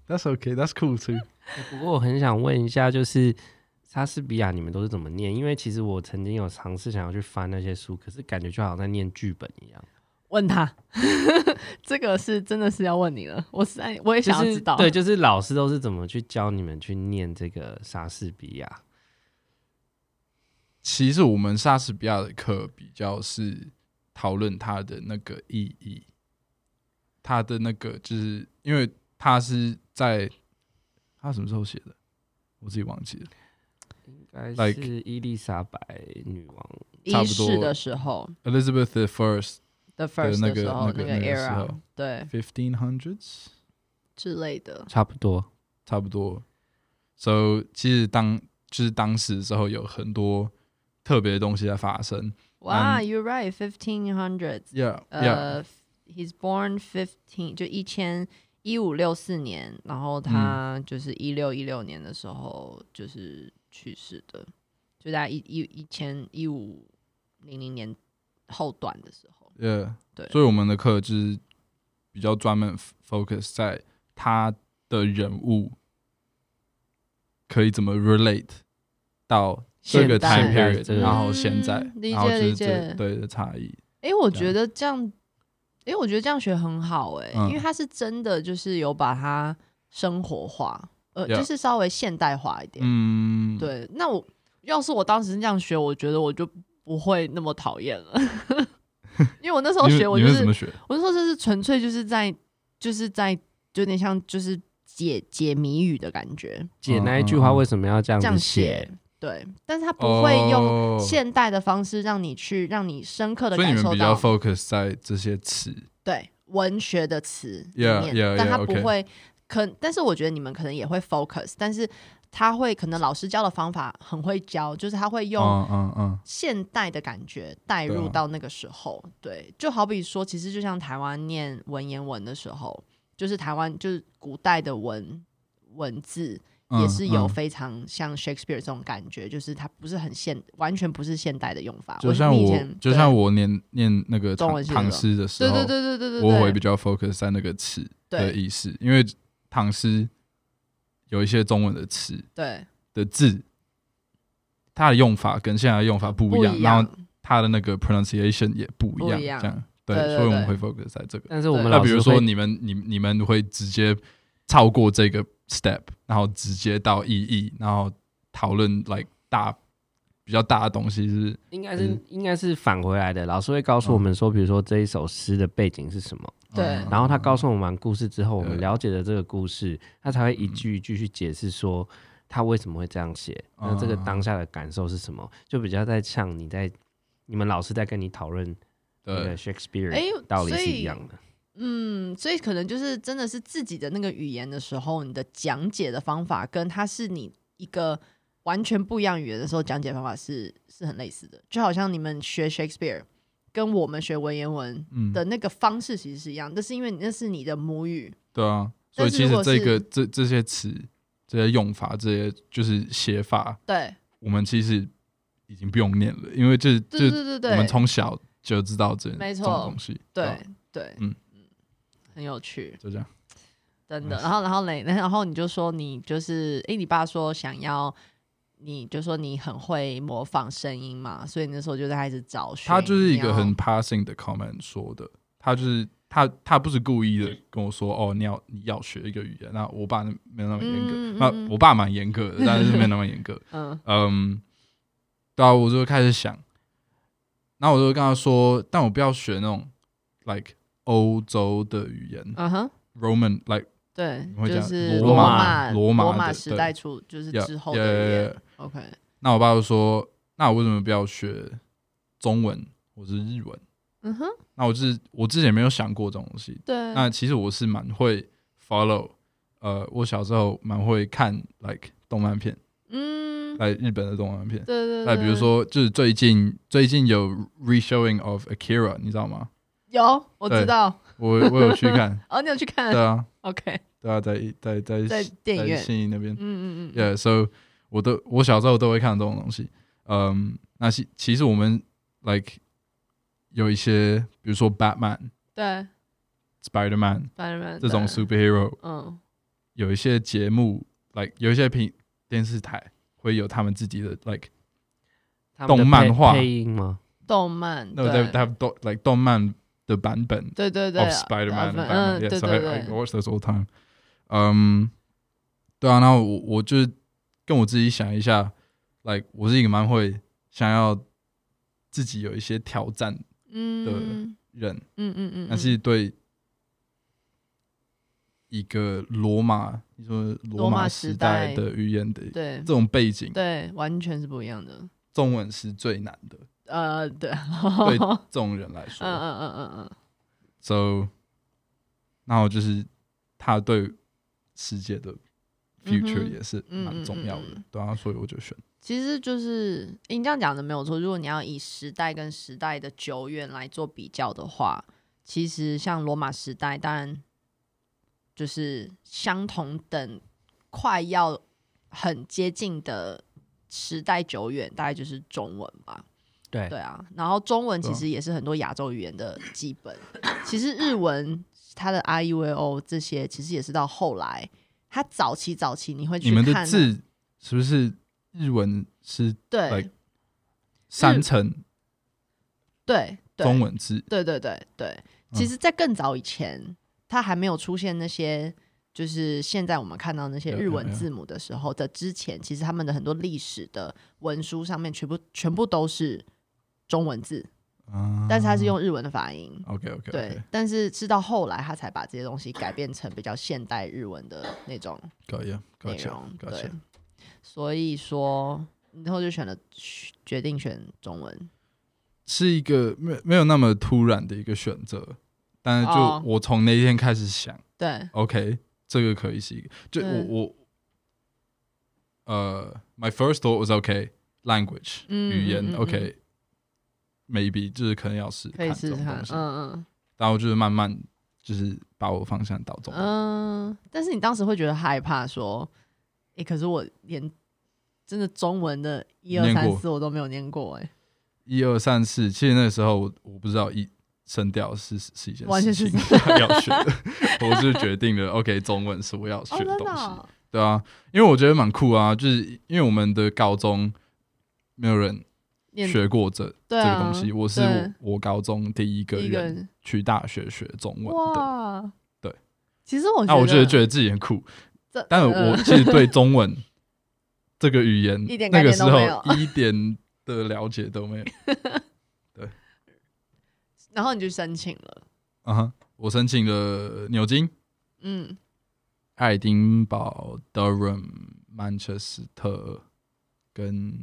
[SPEAKER 3] That's okay. That's cool too.
[SPEAKER 1] 欸不过我很想问一下，就是莎士比亚你们都是怎么念？因为其实我曾经有尝试想要去翻那些书，可是感觉就好像在念剧本一样。
[SPEAKER 2] 问他， 这个是真的是要问你了。我实在我也
[SPEAKER 1] 就
[SPEAKER 2] 想要
[SPEAKER 1] 是
[SPEAKER 2] 知道，
[SPEAKER 1] 对，就是老师都是怎么去教你们去念这个莎士比亚？
[SPEAKER 3] 其实我们莎士比亚的课比较是讨论它的那个意义，它的那个就是因为它是在它什么时候写的，我自己忘记了。
[SPEAKER 1] 应该
[SPEAKER 3] Like-
[SPEAKER 1] 是伊丽莎白女王。
[SPEAKER 3] 差
[SPEAKER 2] 一
[SPEAKER 3] 不多
[SPEAKER 2] 世的时候
[SPEAKER 3] Elizabeth the First
[SPEAKER 2] ，the first
[SPEAKER 3] 那
[SPEAKER 2] 的
[SPEAKER 3] 个
[SPEAKER 2] 时候
[SPEAKER 3] 那
[SPEAKER 2] 个
[SPEAKER 3] 个那个时
[SPEAKER 2] era，
[SPEAKER 3] 候
[SPEAKER 2] 对
[SPEAKER 3] fifteen hundreds
[SPEAKER 2] 之类的，
[SPEAKER 1] 差不多。
[SPEAKER 3] 差不多。So 其实当就是当时之后有很多特别的东西在发生。
[SPEAKER 2] 哇、y o u r e right, fifteen hundreds，
[SPEAKER 3] Yeah, yeah，
[SPEAKER 2] 呃、h e s born fifteen，就一千一五六四年，然后
[SPEAKER 3] 嗯
[SPEAKER 2] 他就是一六一六年的时候就是去世的，就在一一一千一五零零年后段的时候，
[SPEAKER 3] yeah。
[SPEAKER 2] 对
[SPEAKER 3] 所以我们的课就是比较专门 f- focus 在他的人物可以怎么 relate 到这个
[SPEAKER 1] 现代现
[SPEAKER 3] time
[SPEAKER 1] 代这
[SPEAKER 3] period，
[SPEAKER 1] 个
[SPEAKER 3] 然后现在
[SPEAKER 2] 嗯，理解
[SPEAKER 3] 然后就是
[SPEAKER 2] 理解
[SPEAKER 3] 这对的差异。
[SPEAKER 2] 诶，我
[SPEAKER 3] 这样
[SPEAKER 2] 觉得这样，诶，我觉得这样学很好、诶，
[SPEAKER 3] 嗯
[SPEAKER 2] 因为他是真的就是有把它生活化，呃
[SPEAKER 3] Yeah
[SPEAKER 2] 就是稍微现代化一点。
[SPEAKER 3] 嗯，，
[SPEAKER 2] 对，那我要是我当时这样学，我觉得我就不会那么讨厌了， 因为我那时候
[SPEAKER 3] 你
[SPEAKER 2] 学，
[SPEAKER 3] 们
[SPEAKER 2] 我
[SPEAKER 3] 你
[SPEAKER 2] 就
[SPEAKER 3] 们
[SPEAKER 2] 是
[SPEAKER 3] 怎么学？
[SPEAKER 2] 我那时候就是纯粹就是在就是在有点像就是解解谜语的感觉，
[SPEAKER 1] 姐
[SPEAKER 3] 嗯
[SPEAKER 1] 那一
[SPEAKER 3] 嗯
[SPEAKER 1] 句话
[SPEAKER 3] 嗯
[SPEAKER 1] 为什么要这样
[SPEAKER 2] 这样
[SPEAKER 1] 子
[SPEAKER 2] 写
[SPEAKER 1] 写？。
[SPEAKER 2] 对，但是他不会用
[SPEAKER 3] 哦
[SPEAKER 2] 现代的方式让你去让你深刻的
[SPEAKER 3] 所以
[SPEAKER 2] 感
[SPEAKER 3] 你
[SPEAKER 2] 受
[SPEAKER 3] 们比较
[SPEAKER 2] 到
[SPEAKER 3] focus 在这些词，
[SPEAKER 2] 对文学的词里
[SPEAKER 3] Yeah,
[SPEAKER 2] 面
[SPEAKER 3] yeah,
[SPEAKER 2] 但
[SPEAKER 3] yeah,
[SPEAKER 2] 他不
[SPEAKER 3] okay.
[SPEAKER 2] 会可，但是我觉得你们可能也会 focus，但是他会可能老师教的方法很会教，就是他会用
[SPEAKER 3] 嗯嗯嗯，
[SPEAKER 2] 现代的感觉带入
[SPEAKER 3] 对啊
[SPEAKER 2] 到那个时候，对，就好比说，其实就像台湾念文言文的时候，就是台湾就是古代的文文字。
[SPEAKER 3] 嗯
[SPEAKER 2] 也是有
[SPEAKER 3] 嗯
[SPEAKER 2] 非常像 Shakespeare 这种感觉，就是它不是很现，完全不是现代的用法。
[SPEAKER 3] 就像
[SPEAKER 2] 你以
[SPEAKER 3] 我
[SPEAKER 2] 前
[SPEAKER 3] 就像我念念那个
[SPEAKER 2] 中文
[SPEAKER 3] 唐
[SPEAKER 2] 系的
[SPEAKER 3] 唐
[SPEAKER 2] 时候
[SPEAKER 3] 诗的时
[SPEAKER 2] 对对
[SPEAKER 3] 候，
[SPEAKER 2] 对对对对对，
[SPEAKER 3] 我会比较 focus 在那个词的
[SPEAKER 2] 对
[SPEAKER 3] 意思，因为唐诗有一些中文的词
[SPEAKER 2] 对
[SPEAKER 3] 的字，它的用法跟现在的用法不
[SPEAKER 2] 不
[SPEAKER 3] 一样，
[SPEAKER 2] 一
[SPEAKER 3] 然
[SPEAKER 2] 样
[SPEAKER 3] 后，它的那个 pronunciation 也不一
[SPEAKER 2] 不一样
[SPEAKER 3] 这样
[SPEAKER 2] 对
[SPEAKER 3] 对，
[SPEAKER 2] 对
[SPEAKER 3] 所以我们
[SPEAKER 2] 对
[SPEAKER 3] 会 focus 在这个。
[SPEAKER 1] 但是我们
[SPEAKER 2] 对
[SPEAKER 1] 老
[SPEAKER 3] 那
[SPEAKER 1] 师
[SPEAKER 3] 比如
[SPEAKER 1] 会
[SPEAKER 3] 说你们你你们会直接超过这个 step，然后直接到意义，然后讨论 like 大比较大的东西是
[SPEAKER 1] 应该
[SPEAKER 3] 就是
[SPEAKER 1] 应该是返回来的，老师会告诉我们说，比如说这一首诗的背景是什么，
[SPEAKER 2] 对
[SPEAKER 3] 嗯
[SPEAKER 1] 然后他告诉我们完故事之后，我们
[SPEAKER 3] 对嗯
[SPEAKER 1] 了解了这个故事，他才会一句一句去解释说他为什么会这样写，那这个
[SPEAKER 3] 嗯
[SPEAKER 1] 当下的感受是什么，就比较在像你在你们老师在跟你讨论那
[SPEAKER 3] 对
[SPEAKER 1] 个 Shakespeare
[SPEAKER 2] 哎
[SPEAKER 1] 的道理
[SPEAKER 2] 所
[SPEAKER 1] 是
[SPEAKER 2] 以
[SPEAKER 1] 一样的。
[SPEAKER 2] 嗯，所以可能就是真的是自己的那个语言的时候，你的讲解的方法跟它是你一个完全不一样语言的时候讲解方法是是很类似的，就好像你们学 Shakespeare 跟我们学文言文
[SPEAKER 3] 嗯
[SPEAKER 2] 的那个方式其实是一样，但是因为你那是你的母语，
[SPEAKER 3] 对啊，所
[SPEAKER 2] 但
[SPEAKER 3] 以
[SPEAKER 2] 是
[SPEAKER 3] 其
[SPEAKER 2] 如
[SPEAKER 3] 实
[SPEAKER 2] 果
[SPEAKER 3] 这
[SPEAKER 2] 是
[SPEAKER 3] 个这这些词、这些用法、这些就是写法，
[SPEAKER 2] 对
[SPEAKER 3] 我们其实已经不用念了，因为这这
[SPEAKER 2] 对对对
[SPEAKER 3] 我
[SPEAKER 2] 对
[SPEAKER 3] 们
[SPEAKER 2] 对，
[SPEAKER 3] 从小就知道这
[SPEAKER 2] 没
[SPEAKER 3] 这
[SPEAKER 2] 错
[SPEAKER 3] 种东西，啊
[SPEAKER 2] 对对，嗯
[SPEAKER 3] 嗯
[SPEAKER 2] 很有趣，
[SPEAKER 3] 就这样。
[SPEAKER 2] 真的。
[SPEAKER 3] Nice
[SPEAKER 2] 然后然后嘞， 然后你就说你就是，诶，你爸说想要。你就说你很会模仿声音嘛，所以你那时候就在开始找寻。
[SPEAKER 3] 他就是一
[SPEAKER 2] 你
[SPEAKER 3] 个
[SPEAKER 2] 要
[SPEAKER 3] 很 passing 的 comment 说的，他就是他他不是故意的跟我说哦，你要你要学一个语言。那我爸没有那么严格，
[SPEAKER 2] 嗯嗯嗯
[SPEAKER 3] 那我爸蛮严格的，但是没有那么严格。
[SPEAKER 2] 嗯
[SPEAKER 3] 嗯，对啊，我就开始想，那我就跟他说，但我不要学那种 like 欧洲的语言
[SPEAKER 2] 嗯哼，
[SPEAKER 3] ，Roman like
[SPEAKER 2] 对
[SPEAKER 3] 我，会
[SPEAKER 2] 就
[SPEAKER 3] 讲
[SPEAKER 2] 是
[SPEAKER 1] 罗
[SPEAKER 2] 马
[SPEAKER 3] 马
[SPEAKER 2] 罗
[SPEAKER 3] 罗马的
[SPEAKER 2] 时代出就是
[SPEAKER 3] 呀
[SPEAKER 2] 之后
[SPEAKER 3] 呀
[SPEAKER 2] 的语
[SPEAKER 3] 呀
[SPEAKER 2] 言
[SPEAKER 3] 呀
[SPEAKER 2] OK，
[SPEAKER 3] 那我爸就说：“那我为什么不要学中文或是日文
[SPEAKER 2] 嗯哼，？”
[SPEAKER 3] 那我就是我之前没有想过这种东西。
[SPEAKER 2] 对，
[SPEAKER 3] 那其实我是蛮会 follow，呃，我小时候蛮会看 like 动漫片，
[SPEAKER 2] 嗯，
[SPEAKER 3] 来日本的动漫片。
[SPEAKER 2] 对对
[SPEAKER 3] 那
[SPEAKER 2] 对，
[SPEAKER 3] 比如说，就是最近最近有 reshowing of Akira，你知道吗？
[SPEAKER 2] 有，我
[SPEAKER 3] 对
[SPEAKER 2] 知道，
[SPEAKER 3] 我我有去
[SPEAKER 2] ，
[SPEAKER 3] 看
[SPEAKER 2] 哦，你有去看
[SPEAKER 3] 对啊，
[SPEAKER 2] ？OK，
[SPEAKER 3] 对啊，在在在
[SPEAKER 2] 在电影
[SPEAKER 3] 在
[SPEAKER 2] 院，
[SPEAKER 3] 信义那边，
[SPEAKER 2] 嗯嗯嗯，
[SPEAKER 3] Yeah，so 我都我小时候都会看这种东西。嗯，那其其实我们 like 有一些，比如说 Batman、
[SPEAKER 2] 对，
[SPEAKER 3] Spider Man
[SPEAKER 2] 反正反
[SPEAKER 3] 这种
[SPEAKER 2] 正
[SPEAKER 3] superhero，
[SPEAKER 2] 嗯，
[SPEAKER 3] 有一些节目，like 有一些平电视台会有他们自己的 like
[SPEAKER 1] 他们的
[SPEAKER 3] 动漫
[SPEAKER 1] 配
[SPEAKER 3] 画
[SPEAKER 1] 配音吗？
[SPEAKER 2] 动漫，
[SPEAKER 3] no they
[SPEAKER 2] 对
[SPEAKER 3] have 动 like 动漫的版本
[SPEAKER 2] 对对对
[SPEAKER 3] of Spider-Man.
[SPEAKER 2] 嗯
[SPEAKER 3] and
[SPEAKER 2] 嗯，
[SPEAKER 3] Batman.
[SPEAKER 2] 对
[SPEAKER 3] Yes,
[SPEAKER 2] 对
[SPEAKER 3] I, I
[SPEAKER 2] 对，
[SPEAKER 3] watch those all the time. 嗯，对啊，然后我我就是跟我自己想一下，like 我是一个蛮会想要自己有一些挑战
[SPEAKER 2] 嗯
[SPEAKER 3] 人，
[SPEAKER 2] 嗯嗯嗯，
[SPEAKER 3] 但是对一个罗马，你说罗
[SPEAKER 2] 罗马
[SPEAKER 3] 马
[SPEAKER 2] 时
[SPEAKER 3] 时代
[SPEAKER 2] 代
[SPEAKER 3] 的语言的
[SPEAKER 2] 对
[SPEAKER 3] 这种背景，
[SPEAKER 2] 对，完全是不一样的。
[SPEAKER 3] 中文是最难的，
[SPEAKER 2] 呃，对，
[SPEAKER 3] 对
[SPEAKER 2] 嗯
[SPEAKER 3] 这种人来
[SPEAKER 2] 嗯嗯
[SPEAKER 3] 说。
[SPEAKER 2] 嗯嗯嗯，
[SPEAKER 3] So，那我就是他对世界的
[SPEAKER 2] 嗯
[SPEAKER 3] future
[SPEAKER 2] 哼
[SPEAKER 3] 也是
[SPEAKER 2] 嗯
[SPEAKER 3] 蛮
[SPEAKER 2] 嗯
[SPEAKER 3] 重
[SPEAKER 2] 嗯
[SPEAKER 3] 要
[SPEAKER 2] 嗯
[SPEAKER 3] 的，对啊，所以我就选。
[SPEAKER 2] 其实就是诶你这样讲的没有错。如果你要以时代跟时代的久远来做比较的话，其实像罗马时代，当然就是相同等快要很接近的时代久远，大概就是中文吧。
[SPEAKER 1] 对
[SPEAKER 2] 对啊，然后中文
[SPEAKER 3] 哎对啊
[SPEAKER 2] 其实也是很多亚洲语言的基本。 其实日文它的 I U A O 这些，其实也是到后来，它早期早期你会去
[SPEAKER 3] 你们的
[SPEAKER 2] 看啊
[SPEAKER 3] 字是不是日文是
[SPEAKER 2] 对
[SPEAKER 3] like 三层
[SPEAKER 2] 对对
[SPEAKER 3] 中文字？
[SPEAKER 2] 对对对对，其
[SPEAKER 3] 嗯
[SPEAKER 2] 实，在更早以前，它还没有出现那些就是现在我们看到那些
[SPEAKER 3] 有
[SPEAKER 2] 日
[SPEAKER 3] 有
[SPEAKER 2] 文
[SPEAKER 3] 有
[SPEAKER 2] 字母的时候的之前，其实他们的很多历史的文书上面全部全部都是中文字，
[SPEAKER 3] 啊
[SPEAKER 2] 但是它是用日文的发音。
[SPEAKER 3] OK OK
[SPEAKER 2] 对，但是是到后来他才把这些东西改变成比较现代日文的那 种
[SPEAKER 3] 搞一搞
[SPEAKER 2] 内
[SPEAKER 3] 一
[SPEAKER 2] 容。
[SPEAKER 3] 搞
[SPEAKER 2] 对
[SPEAKER 3] 一，
[SPEAKER 2] 所以说你最后就选了决定选中文。
[SPEAKER 3] 是一个没没有那么突然的一个选择，但是就
[SPEAKER 2] 哦
[SPEAKER 3] 我从那一天开始想。
[SPEAKER 2] 对，
[SPEAKER 3] OK，这个可以是一个。就我
[SPEAKER 2] 对
[SPEAKER 3] 我呃，my first thought was OK language、
[SPEAKER 2] 嗯
[SPEAKER 3] 语言
[SPEAKER 2] 嗯嗯
[SPEAKER 3] OK maybe 就是可能要试
[SPEAKER 2] 可以
[SPEAKER 3] 看这
[SPEAKER 2] 试试
[SPEAKER 3] 种
[SPEAKER 2] 看
[SPEAKER 3] 东。西，
[SPEAKER 2] 嗯
[SPEAKER 3] 然后就是慢慢就是把我方向导中
[SPEAKER 2] 嗯。嗯，但是你当时会觉得害怕，说，诶，可是我连真的中文的一二
[SPEAKER 3] 念
[SPEAKER 2] 三
[SPEAKER 3] 过
[SPEAKER 2] 四我都没有念过、诶，
[SPEAKER 3] 一二三四，其实那时候我我不知道一声调是是是一件
[SPEAKER 2] 完全
[SPEAKER 3] 事
[SPEAKER 2] 是
[SPEAKER 3] 情 要学的，我就决定了 OK 中文是我要学
[SPEAKER 2] 哦，
[SPEAKER 3] 的
[SPEAKER 2] 真
[SPEAKER 3] 东
[SPEAKER 2] 的
[SPEAKER 3] 西。
[SPEAKER 2] 哦、
[SPEAKER 3] 对啊，因为我觉得蛮酷啊，就是因为我们的高中没有人
[SPEAKER 2] 念
[SPEAKER 3] 学过这
[SPEAKER 2] 对
[SPEAKER 3] 这
[SPEAKER 2] 啊，
[SPEAKER 3] 个东西，我是
[SPEAKER 2] 对
[SPEAKER 3] 我我高中第一个
[SPEAKER 2] 一个
[SPEAKER 3] 人
[SPEAKER 2] 人
[SPEAKER 3] 去大学学中文的，
[SPEAKER 2] 哇，
[SPEAKER 3] 对。啊
[SPEAKER 2] 其实我
[SPEAKER 3] 那我
[SPEAKER 2] 觉
[SPEAKER 3] 觉得觉得自己很酷，
[SPEAKER 2] 这
[SPEAKER 3] 但是
[SPEAKER 2] 嗯
[SPEAKER 3] 我其实对 中文这个语言
[SPEAKER 2] 一点
[SPEAKER 3] 那
[SPEAKER 2] 概
[SPEAKER 3] 个
[SPEAKER 2] 念
[SPEAKER 3] 时
[SPEAKER 2] 都没有
[SPEAKER 3] 候一点的了解都没有。
[SPEAKER 2] 然后你就申请了，
[SPEAKER 3] 啊哈，我申请了牛津、
[SPEAKER 2] 嗯，
[SPEAKER 3] 爱丁堡、Durham、曼彻斯特，跟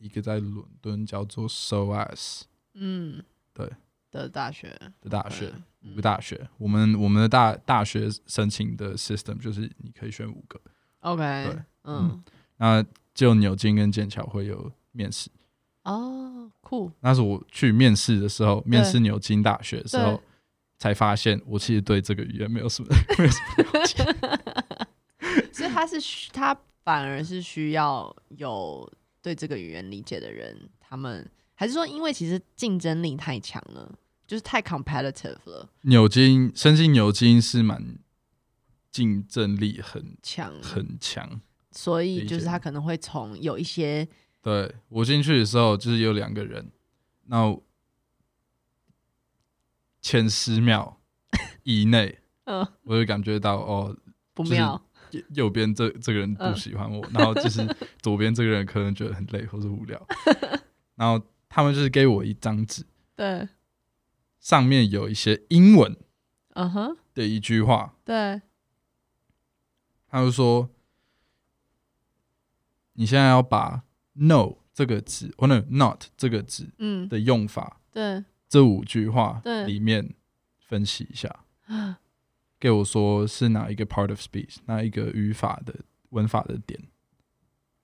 [SPEAKER 3] 一个在伦敦叫做 SOAS
[SPEAKER 2] 嗯，
[SPEAKER 3] 对
[SPEAKER 2] 的大学，
[SPEAKER 3] 的大学。
[SPEAKER 2] 嗯
[SPEAKER 3] 五个大学，我们我们的大大学申请的 system 就是你可以选五个，
[SPEAKER 2] OK，
[SPEAKER 3] 对
[SPEAKER 2] 嗯，
[SPEAKER 3] 那只有牛津跟剑桥会有面试。
[SPEAKER 2] 哦，酷，
[SPEAKER 3] 那是我去面试的时候，面试牛津大学的时
[SPEAKER 2] 对
[SPEAKER 3] 候，才发现我其实对这个语言没有什么没有什么了解。
[SPEAKER 2] 所以他是需他反而是需要有对这个语言理解的人，他们还是说，因为其实竞争力太强了，就是太 competitive 了，
[SPEAKER 3] 牛津申请牛津是蛮竞争力很
[SPEAKER 2] 强，
[SPEAKER 3] 很强。
[SPEAKER 2] 所以
[SPEAKER 3] 理
[SPEAKER 2] 就是
[SPEAKER 3] 解
[SPEAKER 2] 他可能会从有一些
[SPEAKER 3] 对我进去的时候就是有两个人，那前十秒以内
[SPEAKER 2] 嗯
[SPEAKER 3] 我就感觉到哦，
[SPEAKER 2] 不
[SPEAKER 3] 就是
[SPEAKER 2] 妙，
[SPEAKER 3] 右右边这这个人不
[SPEAKER 2] 嗯
[SPEAKER 3] 喜欢我，然后就是左边这个人可能觉得很累或是无 聊，然后他们就是给我一张纸，
[SPEAKER 2] 对，
[SPEAKER 3] 上面有一些英文
[SPEAKER 2] 嗯哼，
[SPEAKER 3] 的一句话，
[SPEAKER 2] 对，
[SPEAKER 3] 他就说：“你现在要把 ‘no’ 这个字，或者 ‘not’ 这个字
[SPEAKER 2] 嗯，
[SPEAKER 3] 的用法，
[SPEAKER 2] 对，
[SPEAKER 3] 这五句话
[SPEAKER 2] 对
[SPEAKER 3] 里面分析 一下，给我说是哪一个 part of speech，哪一个语法的文法的点。”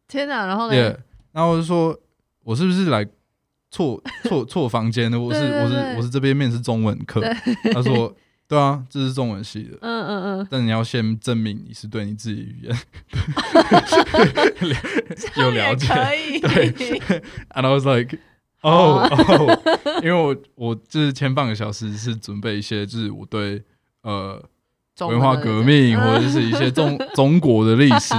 [SPEAKER 2] 天哪，然后呢？
[SPEAKER 3] Yeah，然后我就说，我是不是来 错错错房间的？我是
[SPEAKER 2] 对对
[SPEAKER 3] 我是
[SPEAKER 2] 对
[SPEAKER 3] 我是这边面是中文课。 他说，对啊，这是中文系的，
[SPEAKER 2] 嗯嗯嗯，
[SPEAKER 3] 但你要先证明你是对你自己语 言有了解。
[SPEAKER 2] 可以，
[SPEAKER 3] 对 And I was like。哦哦，因为我我就是前半个小时是准备一些，就是我对呃
[SPEAKER 2] 中
[SPEAKER 3] 文
[SPEAKER 2] 文
[SPEAKER 3] 化
[SPEAKER 2] 的啊
[SPEAKER 3] 革
[SPEAKER 2] 那
[SPEAKER 3] 命
[SPEAKER 2] 种
[SPEAKER 3] 或者是一些 中中国的历史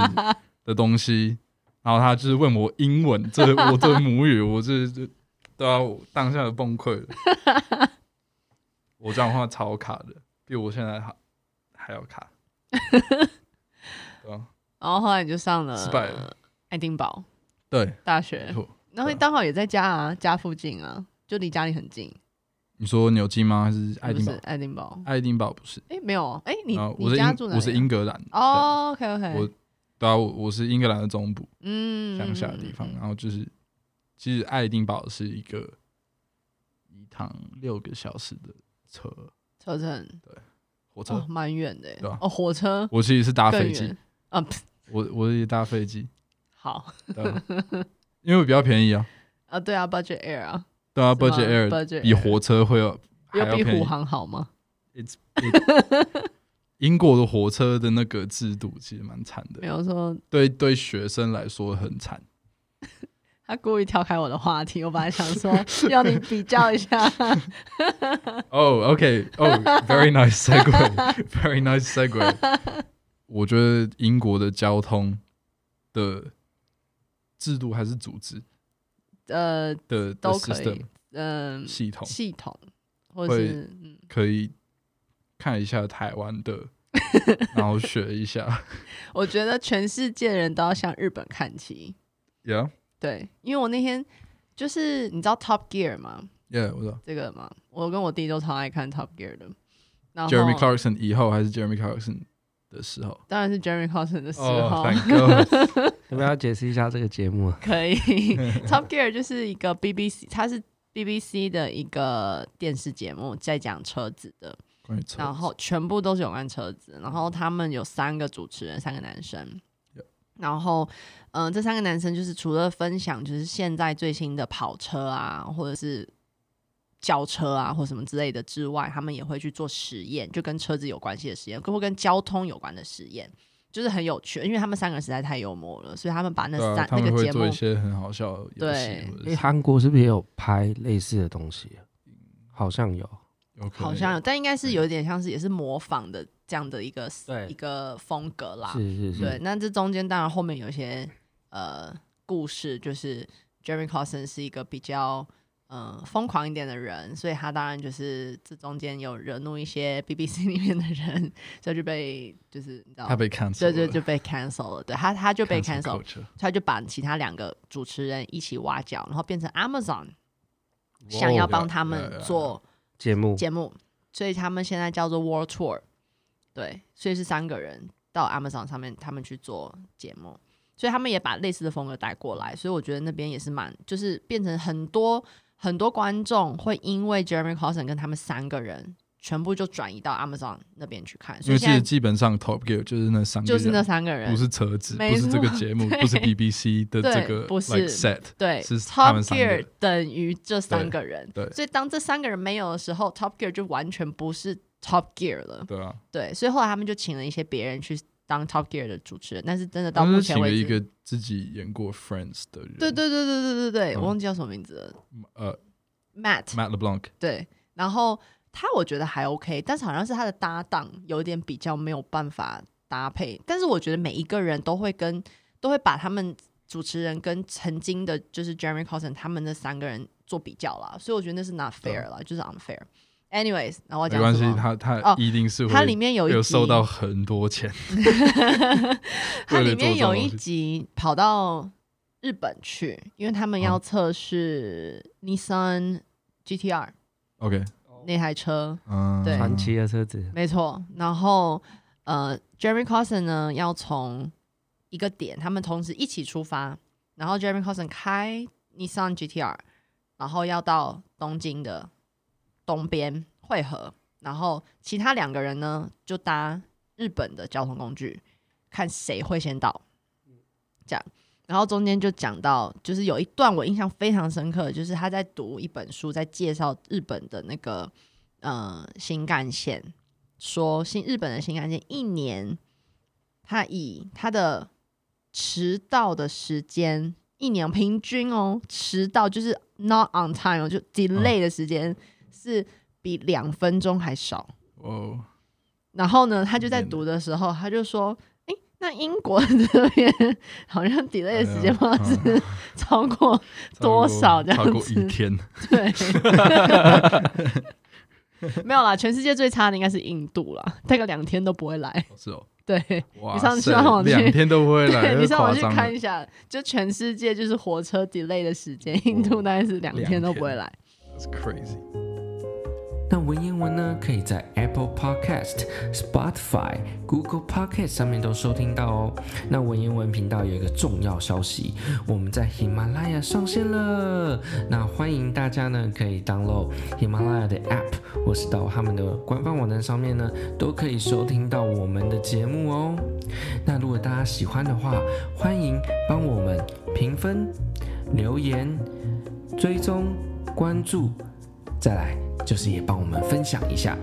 [SPEAKER 3] 的东西，然后他就是问我英文，这是我的母语，我这这对啊，我当下就崩溃了。我我讲话超卡的，比我现在还还要 卡。对啊
[SPEAKER 2] 然后后来你就上了
[SPEAKER 3] 失败了
[SPEAKER 2] 爱丁堡
[SPEAKER 3] 对，
[SPEAKER 2] 大
[SPEAKER 3] 没
[SPEAKER 2] 学，
[SPEAKER 3] 错。
[SPEAKER 2] 然后
[SPEAKER 3] 对啊
[SPEAKER 2] 刚好也在家啊，家附近啊，就离家里很近。
[SPEAKER 3] 你说牛津吗？还是爱丁堡
[SPEAKER 2] 不是？爱丁堡，
[SPEAKER 3] 爱丁堡不是。
[SPEAKER 2] 哎，没有哦，哎，你
[SPEAKER 3] 然后我
[SPEAKER 2] 你
[SPEAKER 3] 是
[SPEAKER 2] 家住哪里啊？
[SPEAKER 3] 英，我是英格兰。
[SPEAKER 2] 哦，OK OK，
[SPEAKER 3] 我对啊，我我是英格兰的中部
[SPEAKER 2] 嗯
[SPEAKER 3] 乡下的地
[SPEAKER 2] 嗯
[SPEAKER 3] 方，
[SPEAKER 2] 嗯嗯
[SPEAKER 3] 然后就是其实爱丁堡是一个一趟六个小时的车
[SPEAKER 2] 车程
[SPEAKER 3] 火车，
[SPEAKER 2] 哦蛮远的
[SPEAKER 3] 对啊，
[SPEAKER 2] 哦，火车
[SPEAKER 3] 我其实是搭
[SPEAKER 2] 更
[SPEAKER 3] 飞机
[SPEAKER 2] 远，，啊，噗
[SPEAKER 3] 我我也搭飞机，
[SPEAKER 2] 好
[SPEAKER 3] 对啊、因为比较便宜啊，
[SPEAKER 2] 啊，对啊，Budget Air 啊，
[SPEAKER 3] 对啊
[SPEAKER 2] 是吗
[SPEAKER 3] ，budget air
[SPEAKER 2] Budget
[SPEAKER 3] 比
[SPEAKER 2] Air
[SPEAKER 3] 火车会要还要
[SPEAKER 2] 有比
[SPEAKER 3] 便宜
[SPEAKER 2] 虎。航好吗？
[SPEAKER 3] It's it- 英国的火车的那个制度其实蛮惨
[SPEAKER 2] 没
[SPEAKER 3] 的，
[SPEAKER 2] 有说
[SPEAKER 3] 对对学生来说很惨。
[SPEAKER 2] 他故意跳开我的话题，我本来想 说要你比较一下，
[SPEAKER 3] 哦、o k 哦、v e r y nice segue，very nice segue。我 觉得英国的交通的制度还是组织
[SPEAKER 2] 呃
[SPEAKER 3] 的的
[SPEAKER 2] 都可以
[SPEAKER 3] system
[SPEAKER 2] 嗯，
[SPEAKER 3] 系统，
[SPEAKER 2] 系统或
[SPEAKER 3] 会
[SPEAKER 2] 是嗯
[SPEAKER 3] 可以看一下台湾 的，然后学一下。
[SPEAKER 2] 我觉得全世界人都要向日本看齐。
[SPEAKER 3] Yeah，Yeah，
[SPEAKER 2] 对，因为我那天就是你知道 Top Gear 吗？
[SPEAKER 3] 我知道。
[SPEAKER 2] 这个嘛，我跟我弟都超爱看 Top Gear 的。然后
[SPEAKER 3] Jeremy Clarkson 以后还是 Jeremy Clarkson 的时候。
[SPEAKER 2] 当然是 Jeremy Clarkson 的时候
[SPEAKER 3] 哦、t h a n k God！
[SPEAKER 1] 要不要解释一下这个节目啊？
[SPEAKER 2] 可 以。Top Gear 就是一个 BBC，它是 BBC 的一个电视节目，在讲车子的。
[SPEAKER 3] 关于车，
[SPEAKER 2] 然后全部都是有关车子，然后他们有三个主持人，三个男生。
[SPEAKER 3] Yep
[SPEAKER 2] 然后，嗯、这三个男生就是除了分享就是现在最新的跑车啊，或者是轿车啊，或什么之类的之外，他们也会去做实验，就跟车子有关系的实验，跟或跟交通有关的实验，就是很有趣。因为他们三个人实在太幽默了，所以他们把那
[SPEAKER 3] 对啊
[SPEAKER 2] 三、
[SPEAKER 3] 他
[SPEAKER 2] 那
[SPEAKER 3] 们
[SPEAKER 2] 个
[SPEAKER 3] 会
[SPEAKER 2] 节
[SPEAKER 3] 做
[SPEAKER 2] 目
[SPEAKER 3] 一些很好笑的游戏
[SPEAKER 2] 对，
[SPEAKER 3] 或者
[SPEAKER 1] 诶，
[SPEAKER 3] 是
[SPEAKER 1] 韩国是不是也有拍类似的东西啊？好像有。
[SPEAKER 3] 有可能
[SPEAKER 2] 好像
[SPEAKER 3] 有
[SPEAKER 2] 有，但应该是有点像是也是模仿的这样的一个
[SPEAKER 1] 对
[SPEAKER 2] 一个风格啦。
[SPEAKER 1] 是是
[SPEAKER 2] 对，
[SPEAKER 3] 嗯
[SPEAKER 1] 是，
[SPEAKER 2] 那这中间当然后面有一些呃故事，就是 Jeremy Clarkson 是一个比较嗯疯、狂一点的人，所以他当然就是这中间有惹怒一些 BBC 里面的人， 所以就被就是你知道
[SPEAKER 3] 他。被 cancel，
[SPEAKER 2] 对对，
[SPEAKER 3] 了
[SPEAKER 2] 就被 cancel 了。对他，他就被 cancel，
[SPEAKER 3] culture
[SPEAKER 2] 他就把其他两个主持人一起挖角，然后变成 Amazon 想要帮他
[SPEAKER 3] 对啊对
[SPEAKER 2] 们
[SPEAKER 3] 啊
[SPEAKER 2] 做
[SPEAKER 1] 节目
[SPEAKER 2] 节目，所以他们现在叫做 World Tour，对，所以是三个人到 Amazon 上面他们去做节目，所以他们也把类似的风格带过来，所以我觉得那边也是蛮，就是变成很多很多观众会因为 Jeremy Clarkson 跟他们三个人全部就转移到 Amazon 那边去看，
[SPEAKER 3] 因
[SPEAKER 2] 所以
[SPEAKER 3] 为其实
[SPEAKER 2] 现在
[SPEAKER 3] 基本上 Top Gear 就是那三个人，
[SPEAKER 2] 就是那三个人
[SPEAKER 3] 不，是车 子，
[SPEAKER 2] 没
[SPEAKER 3] 不是这个
[SPEAKER 2] 错
[SPEAKER 3] 节目，
[SPEAKER 2] 对
[SPEAKER 3] 不是 BBC 的
[SPEAKER 2] 对
[SPEAKER 3] 这个
[SPEAKER 2] 不是
[SPEAKER 3] like set，
[SPEAKER 2] 对
[SPEAKER 3] 是他
[SPEAKER 2] ，Top
[SPEAKER 3] 们三个人
[SPEAKER 2] Gear 等于这三个人，
[SPEAKER 3] 对对
[SPEAKER 2] 所以当这三个人没有的时候，Top Gear 就完全不是 Top Gear 了。
[SPEAKER 3] 对啊，
[SPEAKER 2] 对，所以后来他们就请了一些别人去当 Top Gear 的主持人，但是真的到
[SPEAKER 3] 嗯他们
[SPEAKER 2] 目
[SPEAKER 3] 就
[SPEAKER 2] 前
[SPEAKER 3] 请了
[SPEAKER 2] 为
[SPEAKER 3] 一
[SPEAKER 2] 止，
[SPEAKER 3] 个自己演过 Friends 的人，
[SPEAKER 2] 对对对对对对对，
[SPEAKER 3] 嗯
[SPEAKER 2] 我忘记叫什么名字了
[SPEAKER 3] 呃
[SPEAKER 2] ，Matt，
[SPEAKER 3] ，Matt LeBlanc，
[SPEAKER 2] 对，然后他我觉得还 OK，但是好像是他的搭档有点比较没有办法搭配，但是我觉得每一个人都会跟都会把他们主持人跟曾经的就是 Jeremy Clarkson 他们那三个人做比较啦，所以我觉得那是 not
[SPEAKER 3] 对
[SPEAKER 2] fair 啦，就是 unfair。Anyways，然后我
[SPEAKER 3] 没
[SPEAKER 2] 讲
[SPEAKER 3] 关系
[SPEAKER 2] 什，么？
[SPEAKER 3] 他他
[SPEAKER 2] 哦
[SPEAKER 3] 一定是
[SPEAKER 2] 它
[SPEAKER 3] 会
[SPEAKER 2] 里面有一
[SPEAKER 3] 有
[SPEAKER 2] 集
[SPEAKER 3] 收到很多钱，
[SPEAKER 2] 它
[SPEAKER 3] 为了
[SPEAKER 2] 里面
[SPEAKER 3] 做这种
[SPEAKER 2] 有一
[SPEAKER 3] 东西
[SPEAKER 2] 集跑到日本去，因为他们要
[SPEAKER 3] 嗯
[SPEAKER 2] 测试 Nissan GTR
[SPEAKER 3] OK，
[SPEAKER 2] 那台车，
[SPEAKER 3] 嗯，
[SPEAKER 2] 对
[SPEAKER 1] 传奇的车子，
[SPEAKER 2] 没错。然后呃，Jeremy Clarkson 呢要从一个点，他们同时一起出发，然后 Jeremy Clarkson 开 Nissan GTR，然后要到东京的东边汇合，然后其他两个人呢就搭日本的交通工具，看谁会先到，这样。然后中间就讲到，就是有一段我印象非常深刻，就是他在读一本书，在介绍日本的那个呃新干线，说新日本的新干线一年，它以它的迟到的时间一年平均哦，迟到就是 not on time 哦，就 delay 的时间是比两分钟还少。
[SPEAKER 3] 哦，
[SPEAKER 2] 然后呢，他就在读的时候，他就说：“诶，那英国这边好像 delay 的时间不知道
[SPEAKER 3] 哎
[SPEAKER 2] 是超过
[SPEAKER 3] 超
[SPEAKER 2] 多
[SPEAKER 3] 过
[SPEAKER 2] 少这
[SPEAKER 3] 超
[SPEAKER 2] 样
[SPEAKER 3] 过
[SPEAKER 2] 子
[SPEAKER 3] 一天，
[SPEAKER 2] 对。”没有啦，全世界最差的应该是印度啦，大概两天都不会来。
[SPEAKER 3] 是哦，
[SPEAKER 2] 对，
[SPEAKER 3] 哇
[SPEAKER 2] 你
[SPEAKER 3] 塞，
[SPEAKER 2] 上次让我去
[SPEAKER 3] 两天都不会 来，
[SPEAKER 2] 对你
[SPEAKER 3] 太
[SPEAKER 2] 上
[SPEAKER 3] 夸
[SPEAKER 2] 网去
[SPEAKER 3] 张
[SPEAKER 2] 看
[SPEAKER 3] 了。
[SPEAKER 2] 一下，就全世界就是火车 delay 的时
[SPEAKER 3] 哦
[SPEAKER 2] 间，印度大概是两天都不会来。
[SPEAKER 3] It's crazy。
[SPEAKER 1] 那文言文呢，可以在 Apple Podcast、Spotify、Google Podcast 上面都收听到哦。那文言文频道有一个重要消息，我们在喜马拉雅上线了。那欢迎大家呢可以 download 喜马拉雅的 App，或是到他们的官方网站上面呢，都可以收听到我们的节目哦。那如果大家喜欢的话，欢迎帮我们评分、留言、追踪、关注。再来就是也帮我们分享一下。